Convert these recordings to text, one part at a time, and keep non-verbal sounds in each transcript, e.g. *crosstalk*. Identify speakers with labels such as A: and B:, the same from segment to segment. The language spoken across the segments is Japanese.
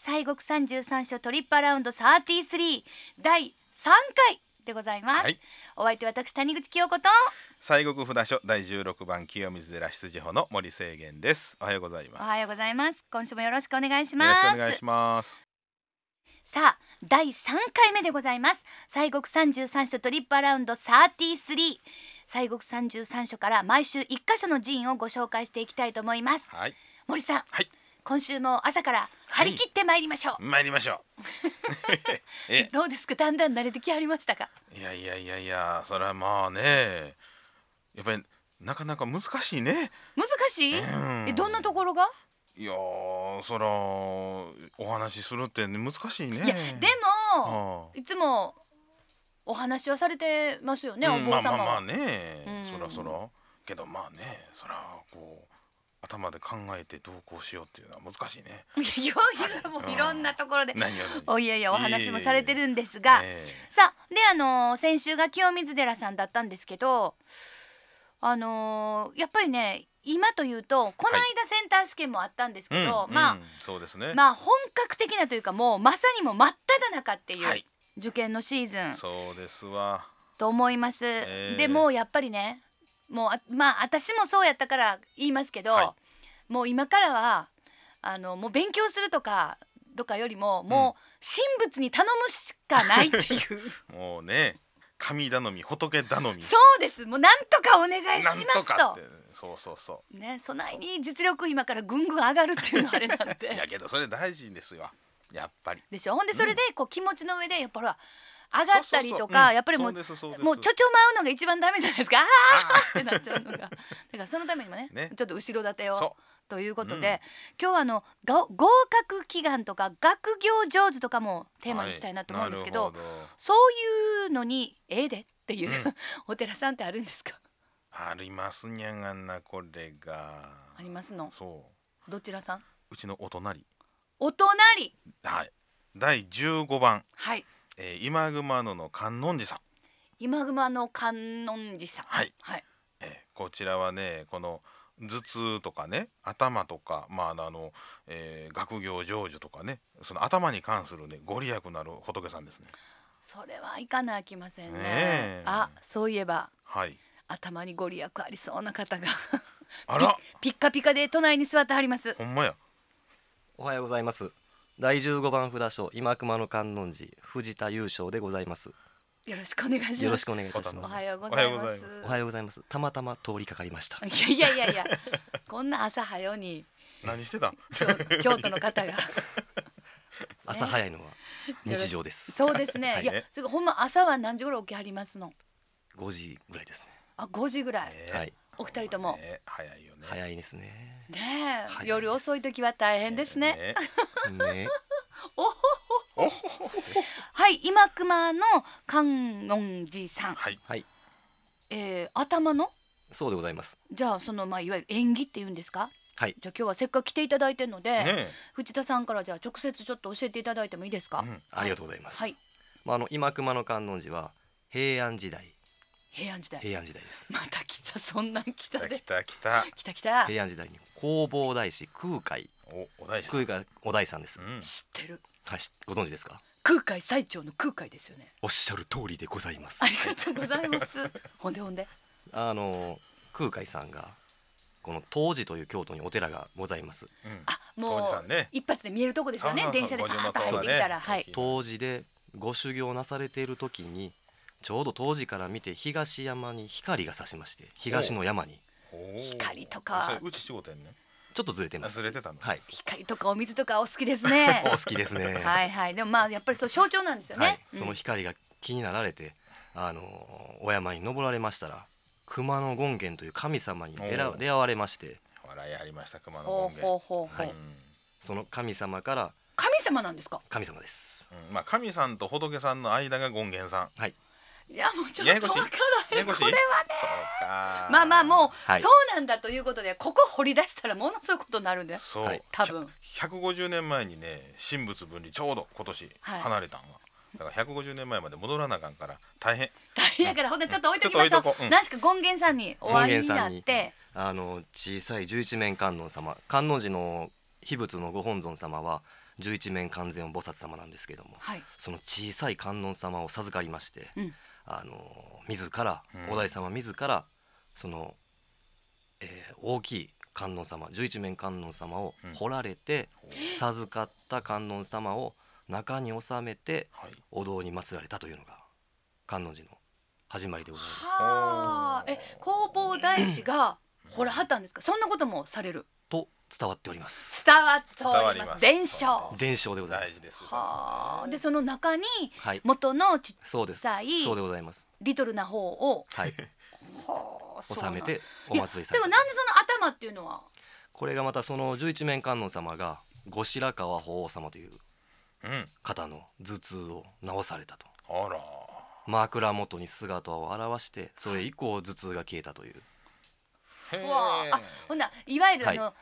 A: 西国三十三所トリップアラウンド33第三回でございます、
B: はい
A: お相手私谷口清子と
B: 西国札所第16番清水寺出自保の森清源ですおはようございま
A: お
B: す
A: はようございます今週もよろしくお願いし
B: よ
A: ま
B: ろ
A: す
B: しくお願いします
A: さあ第3回目でございます西国三十三所トリップアラウンド33西国三十三所から毎週1箇所の寺院をご紹介していきたいと思います *laughs*
B: はい
A: 森さん、
B: はい
A: 今週も朝から張り切ってまいりましょう、
B: 参りましょ
A: *laughs*
B: う *laughs* え
A: どうですかだんだん慣れてきはりましたか
B: いやいやいやいやそれはまあねやっぱりなかなか難しいね
A: 難しい、
B: うん
A: えどんなところが、
B: いやーそらお話しするって難しいね
A: いやでも、
B: も
A: いつもお話はされてますよね、
B: う
A: お
B: ん
A: 坊様は、
B: まあまあまあね、
A: うん
B: そらそらけどまあねそらこう頭で考えてどうこうしようっていうのは難しいね
A: *laughs* いやいやもういろんなところで、
B: 何を
A: *laughs* おいやいやお話もされてるんですが、
B: ええ
A: さあであのー先週が清水寺さんだったんですけどあのーやっぱりね今というとこの間
B: は
A: センター試験もあったんですけど、
B: うん
A: まあ、
B: うんそうですね、
A: まあ本格的なというかもうまさにもう真っ只中っていう、
B: はい
A: 受験のシーズン
B: そうですわ
A: と思います、
B: えー
A: でもうやっぱりねもうあまあ私もそうやったから言いますけど、
B: は
A: もう今からはあのもう勉強するとかとかよりももう神仏に頼むしかないっ
B: *laughs*
A: ていう、
B: もうね神頼み仏頼み
A: そうですもうなんとかお願いしま
B: なんと
A: すと
B: かってそうそうそ
A: ね備えに実力今からぐんぐん上がるっていうのはあれなん
B: ういや
A: で
B: けどそれ大事ですよやっぱり
A: でしょほんでそれでこう気持ちの上でやっぱほら上がったりと
B: そうそうそう
A: か
B: うん
A: やっぱりもう
B: そうですそうです
A: もうちょちょ舞うのが一番ダメじゃないですかあー
B: あ
A: ってなっちゃうのがだからそのためにもね
B: ね
A: ちょっと後ろ盾
B: ー
A: を
B: そ
A: ということで、今日はあのが合格祈願とか学業上手とかも
B: う
A: テーマにしたいなと思うんですけど,、
B: はいなるほど
A: そういうのにええでっていう、
B: うん
A: *laughs* お寺さんってあるんですか
B: ありますにゃがなこれが
A: ありますの
B: そう
A: どちらさん
B: うちのお隣
A: お隣
B: はい第15番、
A: はい
B: えー、今熊野の観音寺さん
A: 今熊の観音寺さん
B: はい、
A: はい
B: えーこちらはねこの頭痛とかね頭とか、まああのえー学業成就とかねその頭に関するねご利益のある仏さんですね。
A: それはいかなあきませんね
B: ねえ
A: あそういえば
B: はい、
A: 頭にご利益ありそうな方が
B: あら
A: *laughs* ピッカピカで都内に座ってはります
B: ほんまや
C: おはようございます。第15番札所今熊野観音寺藤田優勝でございます。
A: よろしくお願いします
C: よろしくお願いいたし
A: お
C: ます。
A: はようござい
B: おは
A: ま
B: よう
A: す
B: ござ
C: おはようございます。たまたま通りかかりました。
A: *laughs* いやいやいやいやこんな朝早うに
B: 何してたん *laughs*
A: 京京都の方が
C: 朝早いのは
A: *laughs*
C: 日常です。
A: そうですね、、
C: はいい
A: やそれほんま朝は何時頃起きはりますの
C: 5時ぐらいですね。
A: あ5時ぐらい、
B: ね
C: はい。
A: お二人とも
B: ね早いよね。
C: 早いですね。
A: ねえ、
C: はい
A: 夜遅い時は大変ですね
B: ね
C: ね。
A: はい今熊の観音寺さん、
B: はい
C: はい。
A: えー、頭の
C: そうでございます。
A: じゃあそのまあいわゆる縁起っていうんですか
C: はい。
A: じゃあ今日はせっかく来ていただいてるので、
B: ね
A: 藤田さんからじゃあ直接ちょっと教えていただいてもいいですか、
B: うん
C: ありがとうございます。
A: はい。
C: まああの今熊野観音寺は平安時代、
A: 平安時代
C: 平安時代です。
A: また来たそんなん来た
B: 来た
A: で
B: 来た来た
A: 来た来た知っ
C: 平安時代に弘法大師空海、
B: おお大師さん
C: 空海お大さんです
B: う。ん
A: てる
C: はい。しご存知ですか。
A: 空海最長の空海ですよね
C: おっしゃる通りでございます
A: あ。りがとうございます *laughs* ほんでほんで
C: あの空海さんがこの東寺という京都にお寺がございます
B: うん
A: あも
B: 当時さ
A: うん
B: ね
A: 一発で見えるとこですよね
B: あー
A: 電車で
B: そう
A: パーッと
B: 五
A: 入って
B: 重塔
A: き
B: がね
A: たら、はい
B: 大きい
C: 東寺でご修行なされている時にちょうど東寺から見て東山に光が差しまして東の山に
B: おー
A: 光とか
B: それうち仕事やんね
C: ちょっとずれてます
B: 忘れてたの
C: はい
A: 光とかお水とかお好きです
B: *laughs*
A: ね
C: お好きですね
A: はいはいでもまあやっぱりそう象徴なんですよね、
C: はい
A: うん
C: その光が気になられてあのお山に登られましたら熊野権現という神様に出ら
B: おー
C: 出会われまして
B: 笑いありました熊野
A: ほう
B: 権現
A: ほうほうほう、
C: はいその神様から
A: 神様なんですか
C: 神様です
B: うんまあ神さんと仏さんの間が権現さん。
A: いやもうちょ
B: や
A: っ
B: や
A: と
B: こ
A: わ
B: しい
A: からへ
B: や
A: ん
B: やこしい
A: これは
B: そうか。
A: まあまあもう、
C: はい
A: そうなんだということでここ掘り出したらものすごいことになるんで
B: そう、
C: はい
A: 多分
B: 150年前にね神仏分離ちょうど今年
A: はい
B: 離れたんは、だから150年前まで戻らなあかんから大変
A: 大変やからほんでちょっと置いときましょう
B: ちょっと置いとこううん
A: 何しか権現さんにお会いになっ
C: 権現
A: て
C: あの小さい十一面観音様観音寺の秘仏のご本尊様は十一面観世音菩薩様なんですけども
A: はい。
C: その小さい観音様を授かりまして、
A: うん
C: あの自ら
B: うん
C: お大師様自らその、えー大きい観音様十一面観音様を
B: うん
C: 彫られて、
B: お
C: 授かった観音様を中に収めて
B: はい。
C: お堂に祀られたというのが観音寺の始まりでございます。
A: はあ。え、弘法大師
C: *clears throat*
A: がほらはったんですか。そんなこともされる。
C: と伝わっております。
A: 伝わって
B: 伝わ
A: おり
B: り
A: ま。
B: ますす
A: 伝承。
C: 伝承でございま
B: 大事
C: す。
B: です。
A: はあ。でその中に
C: はい、
A: 元のちっ
C: そうです。
A: さい
C: そうでございます。
A: リトルな方を
C: はい、
A: はあ *laughs* そうな
C: 収
A: ん
C: めてお
A: いや
C: 祭りされ
A: でも
C: た。
A: なんでその頭っていうのは。
C: これがまたその十一面観音様が後白河法皇様という
B: うん。あ
C: 方の頭痛を治されたと
B: ら。
C: 枕元に姿を現してそれ以降頭痛が消えたという
B: へえ
A: わああほんならいわゆるあの、
C: は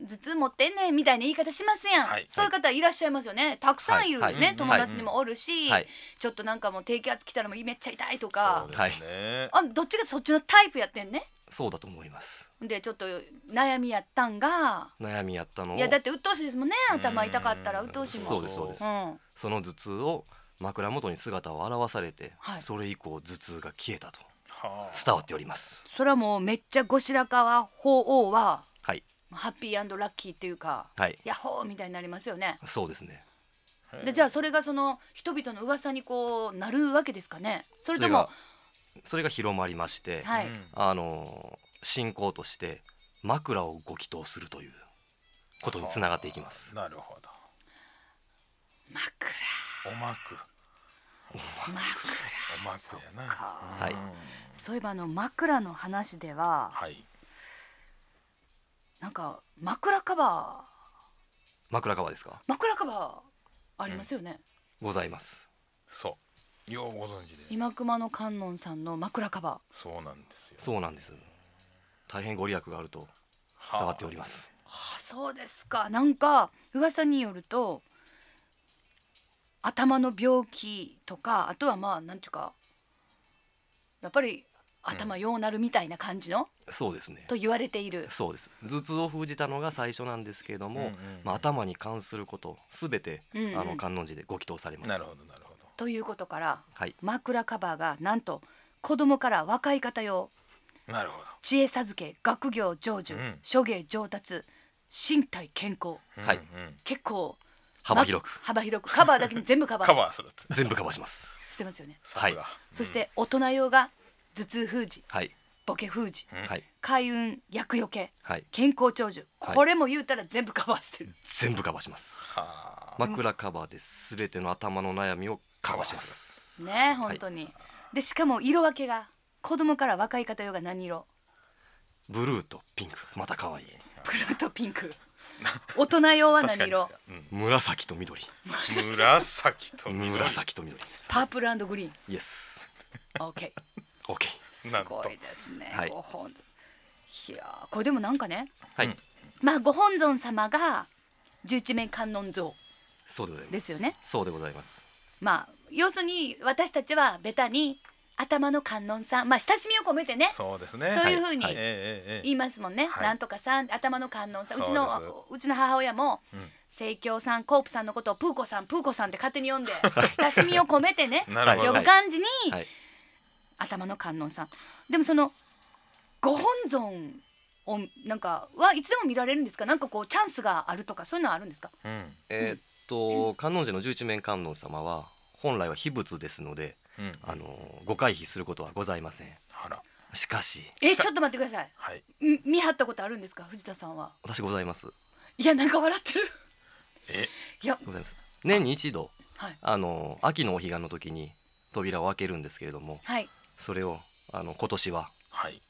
A: 頭痛持ってんねんみたいな言い方しますやん、
B: はい
A: そういう方いらっしゃいますよねたくさんいるよね、
C: はいはい
A: 友達にもおるし、
C: はい
A: ちょっとなんかもう低気圧来たらもうめっちゃ痛いとか
B: そう、ですね。
A: あどっちがそっちのタイプやってんね
C: そうだと思います
A: でちょっと悩みやったんが
C: 悩みやったのを
A: いやだって鬱陶しいですもんね頭痛かったら鬱陶しいもん
C: そうですそうです
A: うん、
C: その頭痛を枕元に姿を現されて、
A: はい
C: それ以降頭痛が消えたと
B: はあ
C: 伝わっております
A: それはもうめっちゃ後白河法皇は
C: はい
A: ハッピーラッキーっていうか
C: はい
A: ヤッホーみたいになりますよね
C: そうですね
B: へえ
A: でじゃあそれがその人々の噂にこうなるわけですかねそれとも
C: それがそれが広まりまして、
A: はい、
B: うん
C: あの信仰として枕をご祈祷するということにつながっていきます
B: なるほど。
A: 枕
B: おまく。
A: 枕
B: おまくやな。
A: そっか
B: うん
C: はい
A: そういえばあの枕の話では
B: はい。
A: なんか枕カバー
C: 枕カバーですか
A: 枕カバーありますよね、
C: ございます
B: そう。ようご存知で。
A: 今熊の観音さんの枕カバ
B: そうなんですよ。
C: そうなんです大変ご利益があると伝わっております
A: ーはあそうですかなんか噂によると頭の病気とかあとはまあなんていうかやっぱり頭ようなるみたいな感じの、
C: そうですね
A: と言われている
C: そうです頭痛を封じたのが最初なんですけれども、
B: うんうん
C: まあ、頭に関することすべて、
A: うんうん
C: あの観音寺でご祈祷されます
B: なるほどなるほど。
A: ということから
C: はい
A: 枕カバーがなんと子供から若い方用
B: なるほ
A: 知恵授け学業成就、
B: うん
A: 諸芸上達身体健康
B: ど。
C: はい
B: うんうん
A: 結構
C: 幅広く
A: ま幅広くカバーだけに全部カバー
B: カバーするって。
C: 全部カバーします
A: してますよね
B: さすが。
A: そして大人用が頭痛封じ
C: はい
A: ボケ封じ
B: うん。
C: はい
A: 開運厄除け
C: はい
A: 健康長寿
C: はい
A: これも言うたら全部カバー
B: *laughs*
A: してる、
C: 全部カバーします
B: はあ。
C: 枕カバーですべての頭の悩みをカバーします
A: ね本当に、でしかも色分けが子供から若い方用が何色
C: ブルーとピンクまた可愛い
A: ブルーとピン
B: *laughs*
A: ク大人用は何色
B: 確かに
C: 紫と緑
B: そうやうん紫と緑
C: 紫と緑です
A: パープルグリーン
C: イエス
A: OK
C: オッケー
A: す
B: *laughs* なん
A: ご
B: と
A: いですね、
C: はい
A: ご本いやーこれでもなんかね
C: はい、
B: うん
A: まあご本尊様が十一面観音像
C: そうでございます
A: ですよね
C: そうでございます
A: まあ要するに私たちはベタに頭の観音さんまあ親しみを込めてね
B: そうですね。
A: そういうふうに
B: はいえええええ
A: 言いますもんね、
B: はい
A: なんとかさん頭の観音さんうち
B: そうです
A: のうちの母親も
B: え
A: 聖教さんコープさんのことをプーコさんプーコさんって勝手に呼んで親しみを込めてね
B: *laughs* うん。なるほ
A: 呼
B: ど。
A: ぶ感じに、
C: はい
A: 頭の観音さんでもそのご本尊をなんかはいつでも見られるんですかなんかこうチャンスがあるとかそういうのはあるんですか
B: うん
C: えーっと観音寺の十一面観音様は本来は秘仏ですので
B: うん。
C: あのご回避することはございません
B: あら。
C: しかし
A: えちょっと待ってください
B: はい。
A: み見張ったことあるんですか藤田さんは
C: 私ございます
A: いやなんか笑ってる
B: え。
A: いや
C: ございます年に一度
A: はい
C: あの秋のお彼岸の時に扉を開けるんですけれども
A: はい
C: それをあの今年は
B: はい。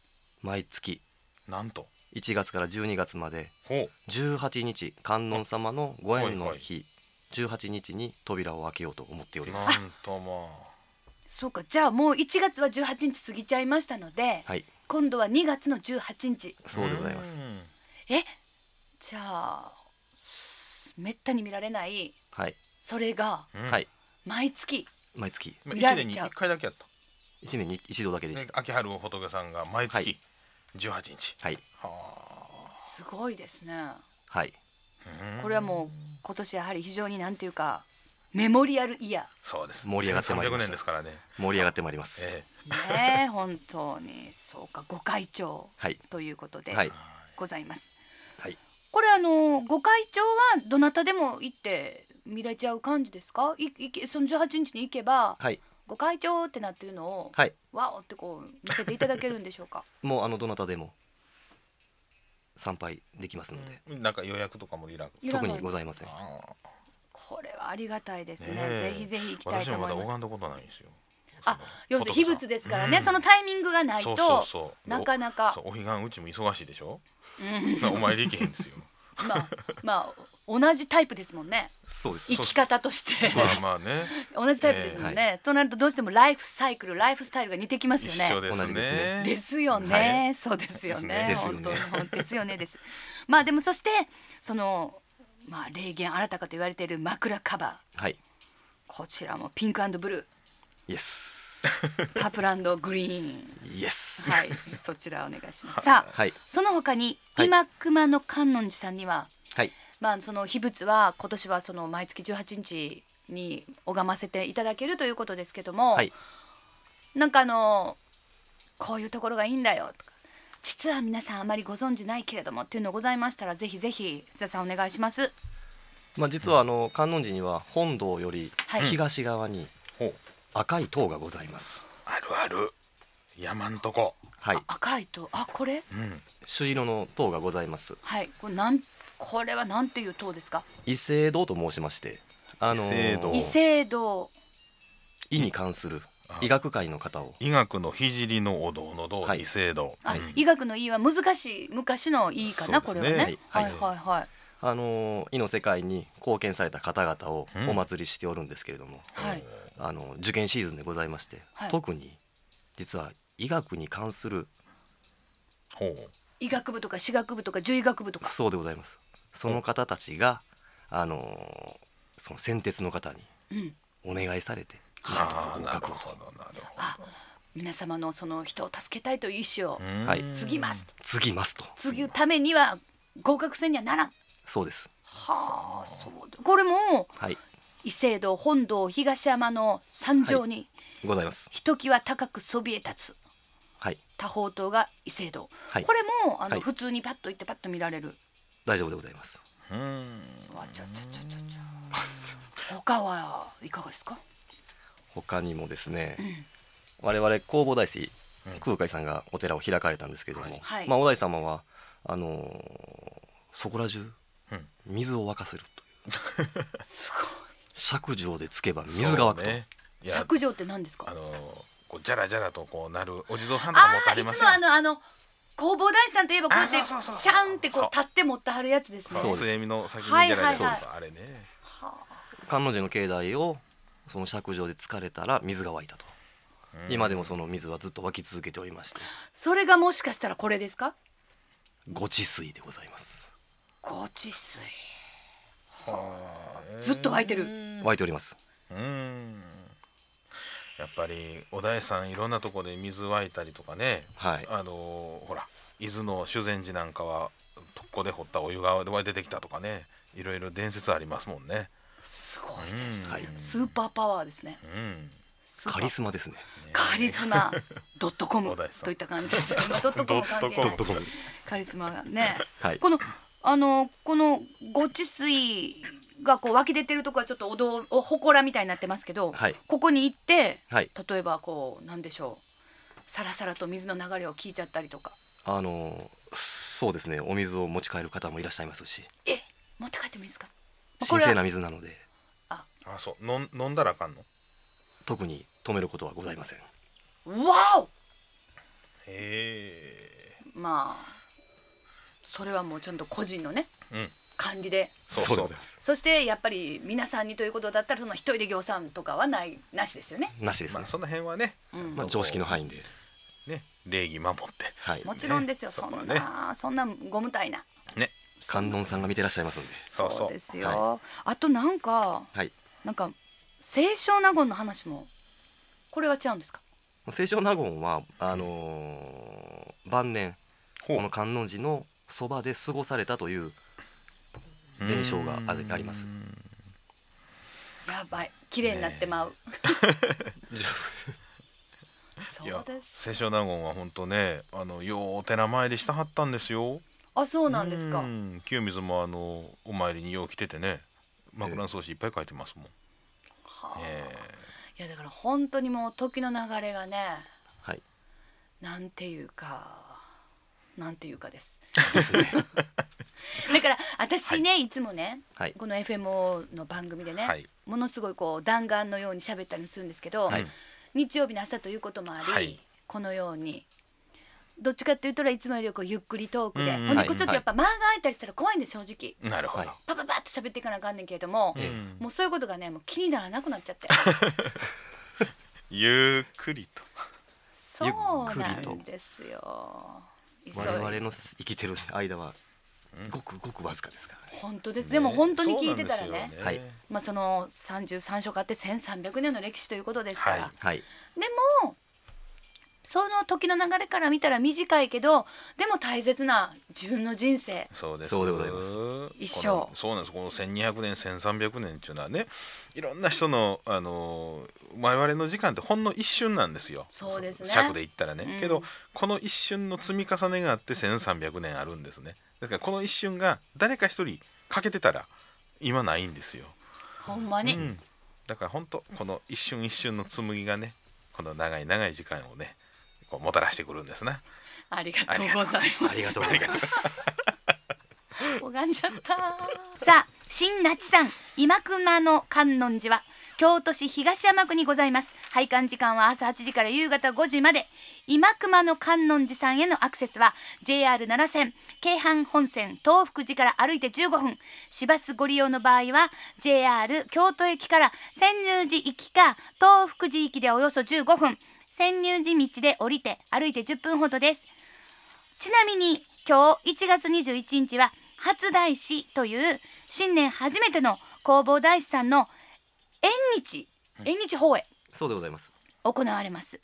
C: 毎月
B: なんと。
C: 1月から12月まで
B: ほ
C: 18日観音様のご縁
B: はい
C: の
B: はい
C: 日18日に扉を開けようと思ってお
B: う。
C: り
B: な
C: ます
B: んとも。
A: そうかじゃあもう1月は18日過ぎちゃいましたので
C: はい
A: 今度は2月の18日
C: そうでございます
B: ん。
A: えじゃあめったに見られない
C: はい
A: それが
B: うん
C: はい。
A: 毎月
C: 毎月
B: まあ
A: 見
B: 一
A: られ
B: 年に
A: ちゃう
B: 一回だけやった。
C: 一年に一度だけでし
B: で
C: た
B: 秋春仏さんが毎
C: は
B: 月
C: い
B: 18日。
C: はい
B: はあ。
A: すごいですね
C: はい
B: うん
A: これはもう今年やはり非常になんていうかメモリアルイヤ
B: そうです
C: 盛り上がってまいり
B: 1300
C: ました
B: 年ですからね、
C: 盛り上がってまいります、
B: え
A: ーねえ本当にそうかご会長
C: はい
A: ということで
C: はい
A: ございます。
C: はい
A: これあのご会長はどなたでも行って見れちゃう感じですか？いいけその18日に行けば、
C: はい
A: ご会長ってなってるのを、
C: はい
A: わおってこう見せていただけるんでしょう
B: *laughs*
A: か？
C: もうあのどなたでも参拝できますので、
B: えなんか予約とかもいらん
A: いらな
C: 特
A: い
C: にございません
B: あー
A: これはありがたいですね。
B: ねえ
A: ぜひぜひ行きたい
B: 私
A: と
B: もま
A: 思
B: だ
A: います。
B: 拝んだことないんですよ
A: あ要するに秘仏ですからね、その
B: タ
A: タイミングがないと
B: そう
A: なかなか
B: そうお彼岸うちも忙しいでしょ
A: うん
B: お参りできへ
A: *laughs*
B: んですよ
A: まあまあ同じタイプですもんね
C: そうです
B: そう
A: 生き方として
B: まあまあね
A: *laughs* 同じタイプですもんね、となるとどうしてもライフサイクルライフスタイルが似てきます
B: 一
A: よね
B: 緒です
C: 同じです
B: ね
C: ね
A: ですよね、そうですよね
B: です
C: よ
A: 本
C: ね
A: 当に本当ですよねですまあでもそしてそのまあ霊言新たかと言われている枕カバー
C: はい
A: こちらもピンクブル
C: イエス
A: ーパープルグリーン
C: イエス
A: はいそちらお願いしますさあ
C: はい
A: その他に
C: はい
A: 今熊の観音寺さんには
C: はい
A: まあその秘仏は今年はその毎月18日に拝ませていただけるということですけども、
C: はい
A: なんかあのこういうところがいいんだよとか実は皆さんあまりご存知ないけれどもっていうのございましたらぜひぜひ津田さんお願いします
C: まあ実はあの観音寺には本堂より
A: はい
C: 東側に
B: ほう
C: 赤い塔がございます
B: あるある山んとこ
C: はい
A: 赤いとあこれ
B: うん
C: 朱色の塔がございます
A: はいこれなんこれはなんていう塔ですか
C: 伊勢堂と申しましてあの
B: 伊勢堂
A: 伊勢堂
C: 医に関する
B: あ
C: 医学界の方を
B: 医学の聖のお堂の堂、
C: はい
B: 伊勢堂
A: あ、
B: うん
A: 医学のいいは難しい昔のいいかな、
B: そ
A: こ
B: う
A: れ
B: です
A: は
B: ね
A: ねは
C: はいい
A: はいはい
C: あの医の世界に貢献された方々を
B: うん
C: お祭りしておるんですけれども、
A: はい
C: あの受験シーズンでございまして、
A: はい
C: 特に実は医学に関する
B: ほう
A: 医学部とか歯学部とか獣医学部とか
C: そうでございますその方たちがあのその先哲の方に
A: うん
C: お願いされてなん
B: あ
C: とか
B: あ
C: 合
B: なる
C: 格を
B: ほ
C: と
B: どなる
A: あ皆様のその人を助けたいという意思を
B: ほど
C: はい
B: うん
A: 継ぎますと
C: 継ぎますと
A: 継ぐためには合格戦にはならん
C: そうです
A: はあそうだこれも
C: はい
A: 伊勢堂本堂東山の山頂に、
C: ございます
A: ひときわ高くそびえ立つ
C: はい
A: 多宝塔が伊勢堂、
C: はい
A: これもあの、
C: はい
A: 普通にパッと行ってパッと見られる
C: 大丈夫でございます
B: うん
A: わちゃちゃちゃちゃちゃ他はいかがですか、
C: 他にもですね、
A: うん
C: 我々弘法大師
B: うん
C: 空海さんがお寺を開かれたんですけれども、
B: はい
A: はい
C: まあ、お大師様はあのーそこら中
B: うん
C: 水を沸かせるという
A: す
C: 尺状でつけば水が湧く
B: そ
C: と、
B: うねい
A: ごい
B: や
A: 削除って何ですか
B: あのこうじゃらじゃらとこうなるお地蔵さんとか持っ
A: あ
B: て
A: あ
B: あ
A: ー
B: り
A: い
B: ます
A: つ
B: よ
A: もあのあの弘法大師さんといえばこうやって
B: あ
A: シ
B: そうそうそうそう
A: ャンってこう
B: そう
A: 立って持ってはるやつですね
B: そう
C: そう
B: 杖みの先にじ
A: はい
B: ゃ
A: は
B: ら
A: い
B: じゃ
A: は
B: ら
A: い
B: とあれね
A: はあ
C: 観音寺の境内をその尺状でつかれたら水が湧いたと、
B: うん
C: 今でもその水はずっと湧き続けておりまして
A: それがもしかしたらこれですか
C: ご治水でございます
A: ご治水
B: はあ
A: ずっと湧いてる
C: 湧いております
B: うんやっぱりお大師さんいろんなとこで水湧いたりとかね、
C: はい
B: あのーほら伊豆の修善寺なんかは特攻で掘ったお湯が出てきたとかねいろいろ伝説ありますもんね。
A: すごいです、
B: うん
C: はい
A: スーパーパワーですね
B: うん、
A: スーパー
C: カリスマですね
A: カリスマドットコム
B: 小田井さん
A: といった感じです今ドットコム関係ない
B: ドットコム
A: カリスマがね
C: はい
A: このあのこのご治水がこう湧き出てるとこはちょっとお堂お祠みたいになってますけど、
C: はい
A: ここに行って
C: はい
A: 例えばこうなんでしょうさらさらと水の流れを聞いちゃったりとか
C: あのーそうですねお水を持ち帰る方もいらっしゃいますし
A: え持って帰ってもいいですかまあこ
C: 神
A: れは
C: 聖な水なので
B: あそう飲ん飲んだらあかんの
C: 特に止めることはございません
A: わお
B: へえ
A: まあそれはもうちゃんと個人のね
B: うん
A: 管理で
B: そう
C: そう
B: そ
C: で
B: う
C: ございます
A: そしてやっぱり皆さんにということだったらその一人で行さんとかはないなしですよね、
C: なしです
B: ま
C: ね
B: あ、その辺はね
A: うん
C: まあ、常識の範囲で
B: ね礼儀守って
C: はい
A: もちろんですよ、
B: ね
A: そんな
B: そこはね
A: そんなご無体な
B: ね
C: 観音さんが見てらっしゃいますんで
B: そうそう
A: そうですよ、
C: は
A: あとなんか
C: はい
A: なんか清少納言の話もこれは違うんですか
C: 清少納言はあのー晩年
B: ほ
C: この
B: う
C: 観音寺のそばで過ごされたという伝承がああります
B: う。ん
A: やばい綺麗になってまう、 *laughs*
C: ね
A: そ
B: いや
A: うです
B: 清少納言は本当ねあのよう手名前でしたはったんですよ
A: あそうなんですか
B: うん清水もあのお参りによう来ててね枕草子いっぱい書いてますもん、
A: はあ
B: え
A: いやだから本当にもう時の流れがね
C: はい。
A: なんていうかなんていうかです
C: ですね。
A: だから私ね、い、つもね
C: はい。
A: この FMO の番組でね、
B: はい
A: ものすごいこう弾丸のように喋ったりもするんですけど、
B: はい
A: 日曜日の朝ということもあり、
B: はい
A: このようにどっちかっていうといつもよりこうゆっくりトークで、
B: うんうん
A: ほんで
C: はい
A: こうちょっとやっぱ間が空いたりしたら怖いんで正直
B: ーなるほど、
C: はい
A: パパパッと喋っていかなあかんねんけれども、
C: ええ
B: うん
A: もうそういうことがねもう気にならなくなっちゃって
B: *laughs* ゆっくりと
A: そう
C: ゆっ
A: な
C: くりと
A: んですよ。急い
C: 我々の生きてる間はごくごくわずかですからね。
A: 本当です、でも本当に聞いてたら
B: そうな
A: ね
B: んですよ
C: はい
A: まあその33所家って1300年の歴史ということですから、
B: はい
C: はい。
A: でもその時の流れから見たら短いけどでも大切な自分の人生
B: そうです
C: そうでございます
A: 一生
B: そうなんですこの1200年1300年っていうのはねいろんな人のあのー我々の時間ってほんの一瞬なんですよ
A: そうですね
B: そ尺で言ったらね、
A: うん
B: けどこの一瞬の積み重ねがあって1300年あるんですねですからこの一瞬が誰か一人欠けてたら今ないんですよ、
A: ほんまに、
B: うんだから本当この一瞬一瞬の紡ぎがねこの長い長い時間をねこうもたらしてくるんですね
A: ありがとうございま
C: あ
A: す
C: りがとうございます。
A: 拝んじゃったさあ新那智さん今熊野観音寺は京都市東山区にございます拝観時間は朝8時から夕方5時まで今熊野観音寺さんへのアクセスは JR 奈良線京阪本線東福寺から歩いて15分市バスご利用の場合は JR 京都駅から千入寺行きか東福寺行きでおよそ15分千入寺道で降りて歩いて10分ほどですちなみに今日1月21日は初大師という新年初めての弘法大師さんの縁日縁日法会
C: そうでございます。
A: 行われます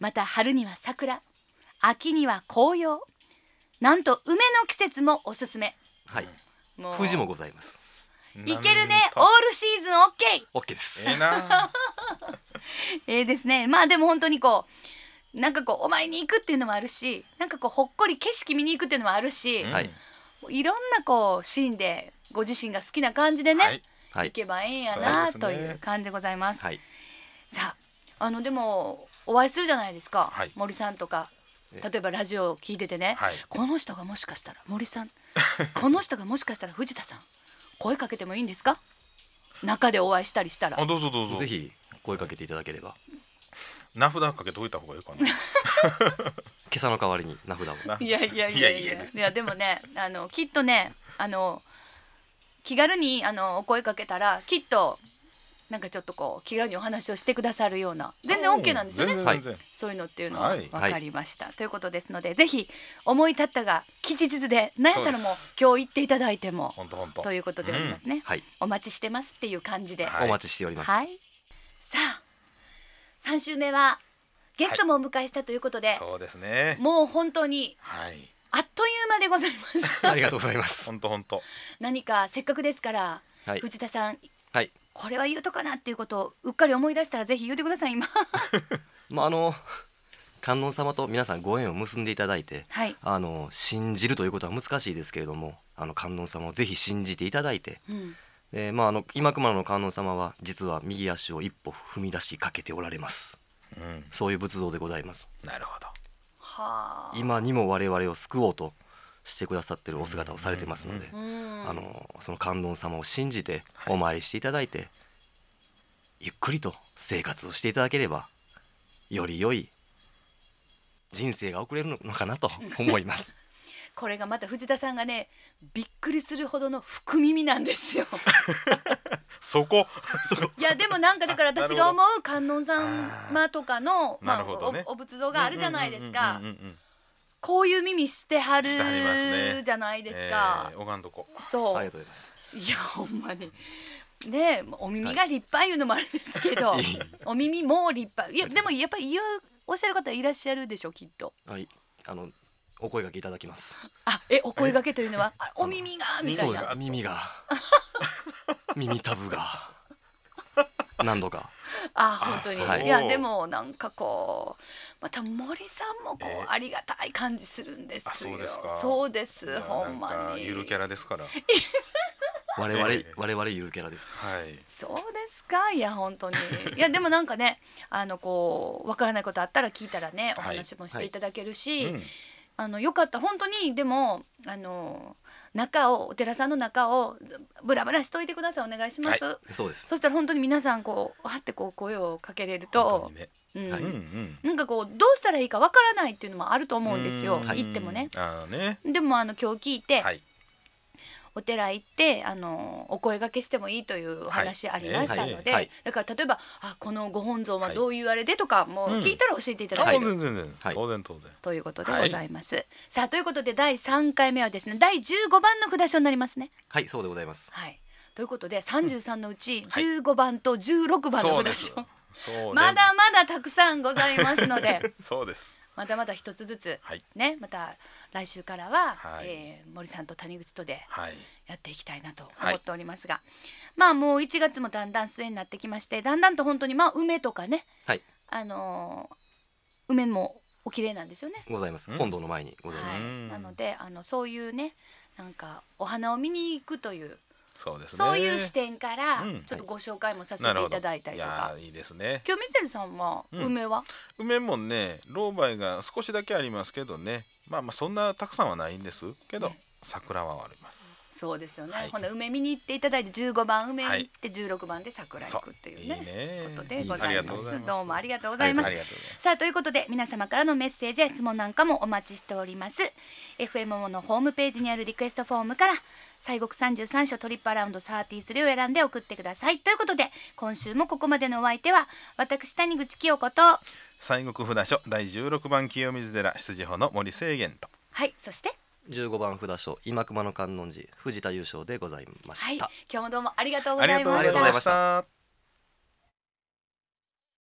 A: また春には桜秋には紅葉なんと梅の季節もおすすめ
C: はい。
A: もう
C: 富士もございます。
A: いけるねオ
B: なんと
A: ールシーズン OK
C: オッケーです。
B: ええな
A: *laughs* ええですねまあでも本当にこうなんかこうお参りに行くっていうのもあるしなんかこうほっこり景色見に行くっていうのもあるし、
C: はい
A: いろんなこうシーンでご自身が好きな感じでね、
B: はい
C: は
A: 行
C: い。
A: けばええんやな
B: そうです
A: と
B: ね
A: いう感じでございます。
C: はい。
A: さああのでもお会いするじゃないですか、
B: はい
A: 森さんとか
C: え
A: 例えばラジオを聞いててね、
B: はい
A: この人がもしかしたら森さんこの人がもしかしたら藤田さん声かけてもいいんですか中でお会いしたりしたら
B: あどうぞどうぞ
C: ぜひ声かけていただければ。
B: 名札かけといた方がいいかな
C: 今朝の代わりに名札を。
B: な
A: いやいやいやいやい
B: い
A: や
B: やいや
A: でもねあのきっとねあの気軽にあのお声かけたらきっとなんかちょっとこう気軽にお話をしてくださるような *laughs* 全然 OK なんですよね
B: 全然全然
A: そういうのっていうのは
B: はい
A: 分かりました、ということですのでぜひ思い立ったが吉日で何やったらもう
B: そうです
A: 今日行っていただいても
B: 本当本当
A: ということでありますね、
C: はい。
A: お待ちしてますっていう感じでは、
B: はいい
C: お待ちしております。
A: さあ三週目はゲストもお迎えしたということで、
B: そうですね
A: もう本当に
B: はい
A: あっという間でございます
C: ありがとうございます。
B: 本当本当
A: 何かせっかくですから、
C: はい。
A: 藤田さん
C: はい。
A: これは言うとかなっていうことをうっかり思い出したらぜひ言うてください今
C: まああの観音様と皆さんご縁を結んでいただいて、
A: はい、
C: あの信じるということは難しいですけれども、あの観音様をぜひ信じていただいて、
A: うん、
C: えーまああの今熊野の観音様は実は右足を一歩踏み出しかけておられます。
B: うん
C: そういう仏像でございます。
B: なるほど
A: はあ
C: 今にも我々を救おうとしてくださってるお姿をされてますので
B: うん、
A: うん
C: あのその観音様を信じて
B: はい
C: お参りしていただいて、ゆっくりと生活をしていただければより良い人生が送れるのかなと思います。
A: これがまた藤田さんがねびっくりするほどの福耳なんですよ
B: そこ
A: いやでもなんかだから
B: なるほ
A: 私
B: ど
A: が思う観音様とかの
B: あー
A: まあ
B: なるほどね
A: おお仏像があるじゃないですか
B: うんうんうんうんうん
A: こういう耳してはる
B: してはりますね
A: じゃないですか、
B: えー拝んどこ
A: そう、
C: あり
A: い
C: が、とうございます。
A: やほんまにねえお耳が立派いうのもあるんですけど、
C: いい
A: お耳も立派いやでもやっぱり言うおっしゃる方いらっしゃるでしょきっと
C: はい、あのお声掛けいただきます
A: あえお声掛けというのはあお耳がみたい
C: そうで
A: な
C: す耳が *laughs* 耳タブが何度か
A: あ本当に、
B: あそう
A: い、やでもなんかこうまた森さんもこ
B: え
A: うありがたい感じするんですよ
B: あそうですか
A: そうです
B: いや
A: ほん
B: なん
A: ま
B: か
A: に
B: ゆるキャラですから。
C: 我々、
B: ええ
C: 我々ゆるキャラです
B: はい。
A: そうですかいや本当にいやでもなんかねあのこうわからないことあったら聞いたらねお
B: はい
A: 話も *laughs* していただけるし、
B: うん
A: あのよかった本当にでもあの中をお寺さんの中をずブラブラしといてくださいお願いします、
C: そうです
A: そしたら本当に皆さんこうわーってこう声をかけれると
B: 本当に、ね。
A: うん
B: うんうん。
A: なんかこうどうしたらいいかわからないっていうのもあると思うんですよ
B: うーん
A: 行ってもね。。
B: ああね。
A: でもあの今日聞いて、
B: はい。
A: お寺行ってあのお声掛けしてもいいというお話ありましたので、
C: はいはい
A: だから例えばあこのご本尊はどういうあれでとか、もう聞いたら教えていただ
B: あ
A: け
B: も
A: る、
B: う全然全然
C: はい
B: 当然当然。
A: ということでございます。さあということで第3回目はですね第15番の札所になりますね。
C: はいそうでございます
A: はいということで33のうち15番と16番の札所、。
B: そう
A: まだ。まだたくさんございますので。
B: *laughs* そうです。
A: まだまだ一つずつ、
B: はい
A: ね、また来週からは、
B: はい
A: えー森さんと谷口とで
B: はい。
A: やっていきたいなと
B: はい
A: 思っておりますが、まあもう1月もだんだん末になってきましてだんだんと本当にまあ梅とかね、
C: はい
A: あのー梅もお綺麗なんですよね。
C: ございます
B: うん
C: 本堂の前にございま
A: は
C: す、
B: う
A: い、
B: ん
A: なのであのそういうねなんかお花を見に行くという
B: そうですね。
A: そういう視点から
B: うん
A: ちょっとご紹介もさせて
B: なるほ
A: い
B: ど。
A: ただいたりとか
B: や。ーいいですね。
A: 今日ミセルさんは
B: うん
A: 梅は、
B: 梅もね、老梅が少しだけありますけどね。まあまあそんなたくさんはないんですけど
A: ね、
B: 桜はあります。
A: そうですよね、
B: はい
A: ほな梅見に行っていただいて15番梅に
B: は
A: 行
B: い
A: って16番で桜行くっていう
B: いい
A: ね,、
B: ね。
A: ことでござ
B: あり
A: い
B: が
A: ま
B: とう
A: す
B: ございます。
A: どうもありがとうございます、
B: ありがとうございます。
A: さあということで皆様からのメッセージや質問なんかもお待ちしております FMO のホームページにあるリクエストフォームから西国33所トリップアラウンド33を選んで送ってくださいということで今週もここまでのお相手は私谷口清子とは
B: 西国札所第16番清水寺出自法の森清源と
A: いそして
C: 15番札所今熊の観音寺藤田優勝でござい
A: は
C: ま
A: い
C: し
A: 今
C: た、
A: 日もどうもありがとうご
B: あり
A: ざ
B: が
A: い
B: とう
A: ま
B: ご
A: し
B: ざい
A: た
B: ました。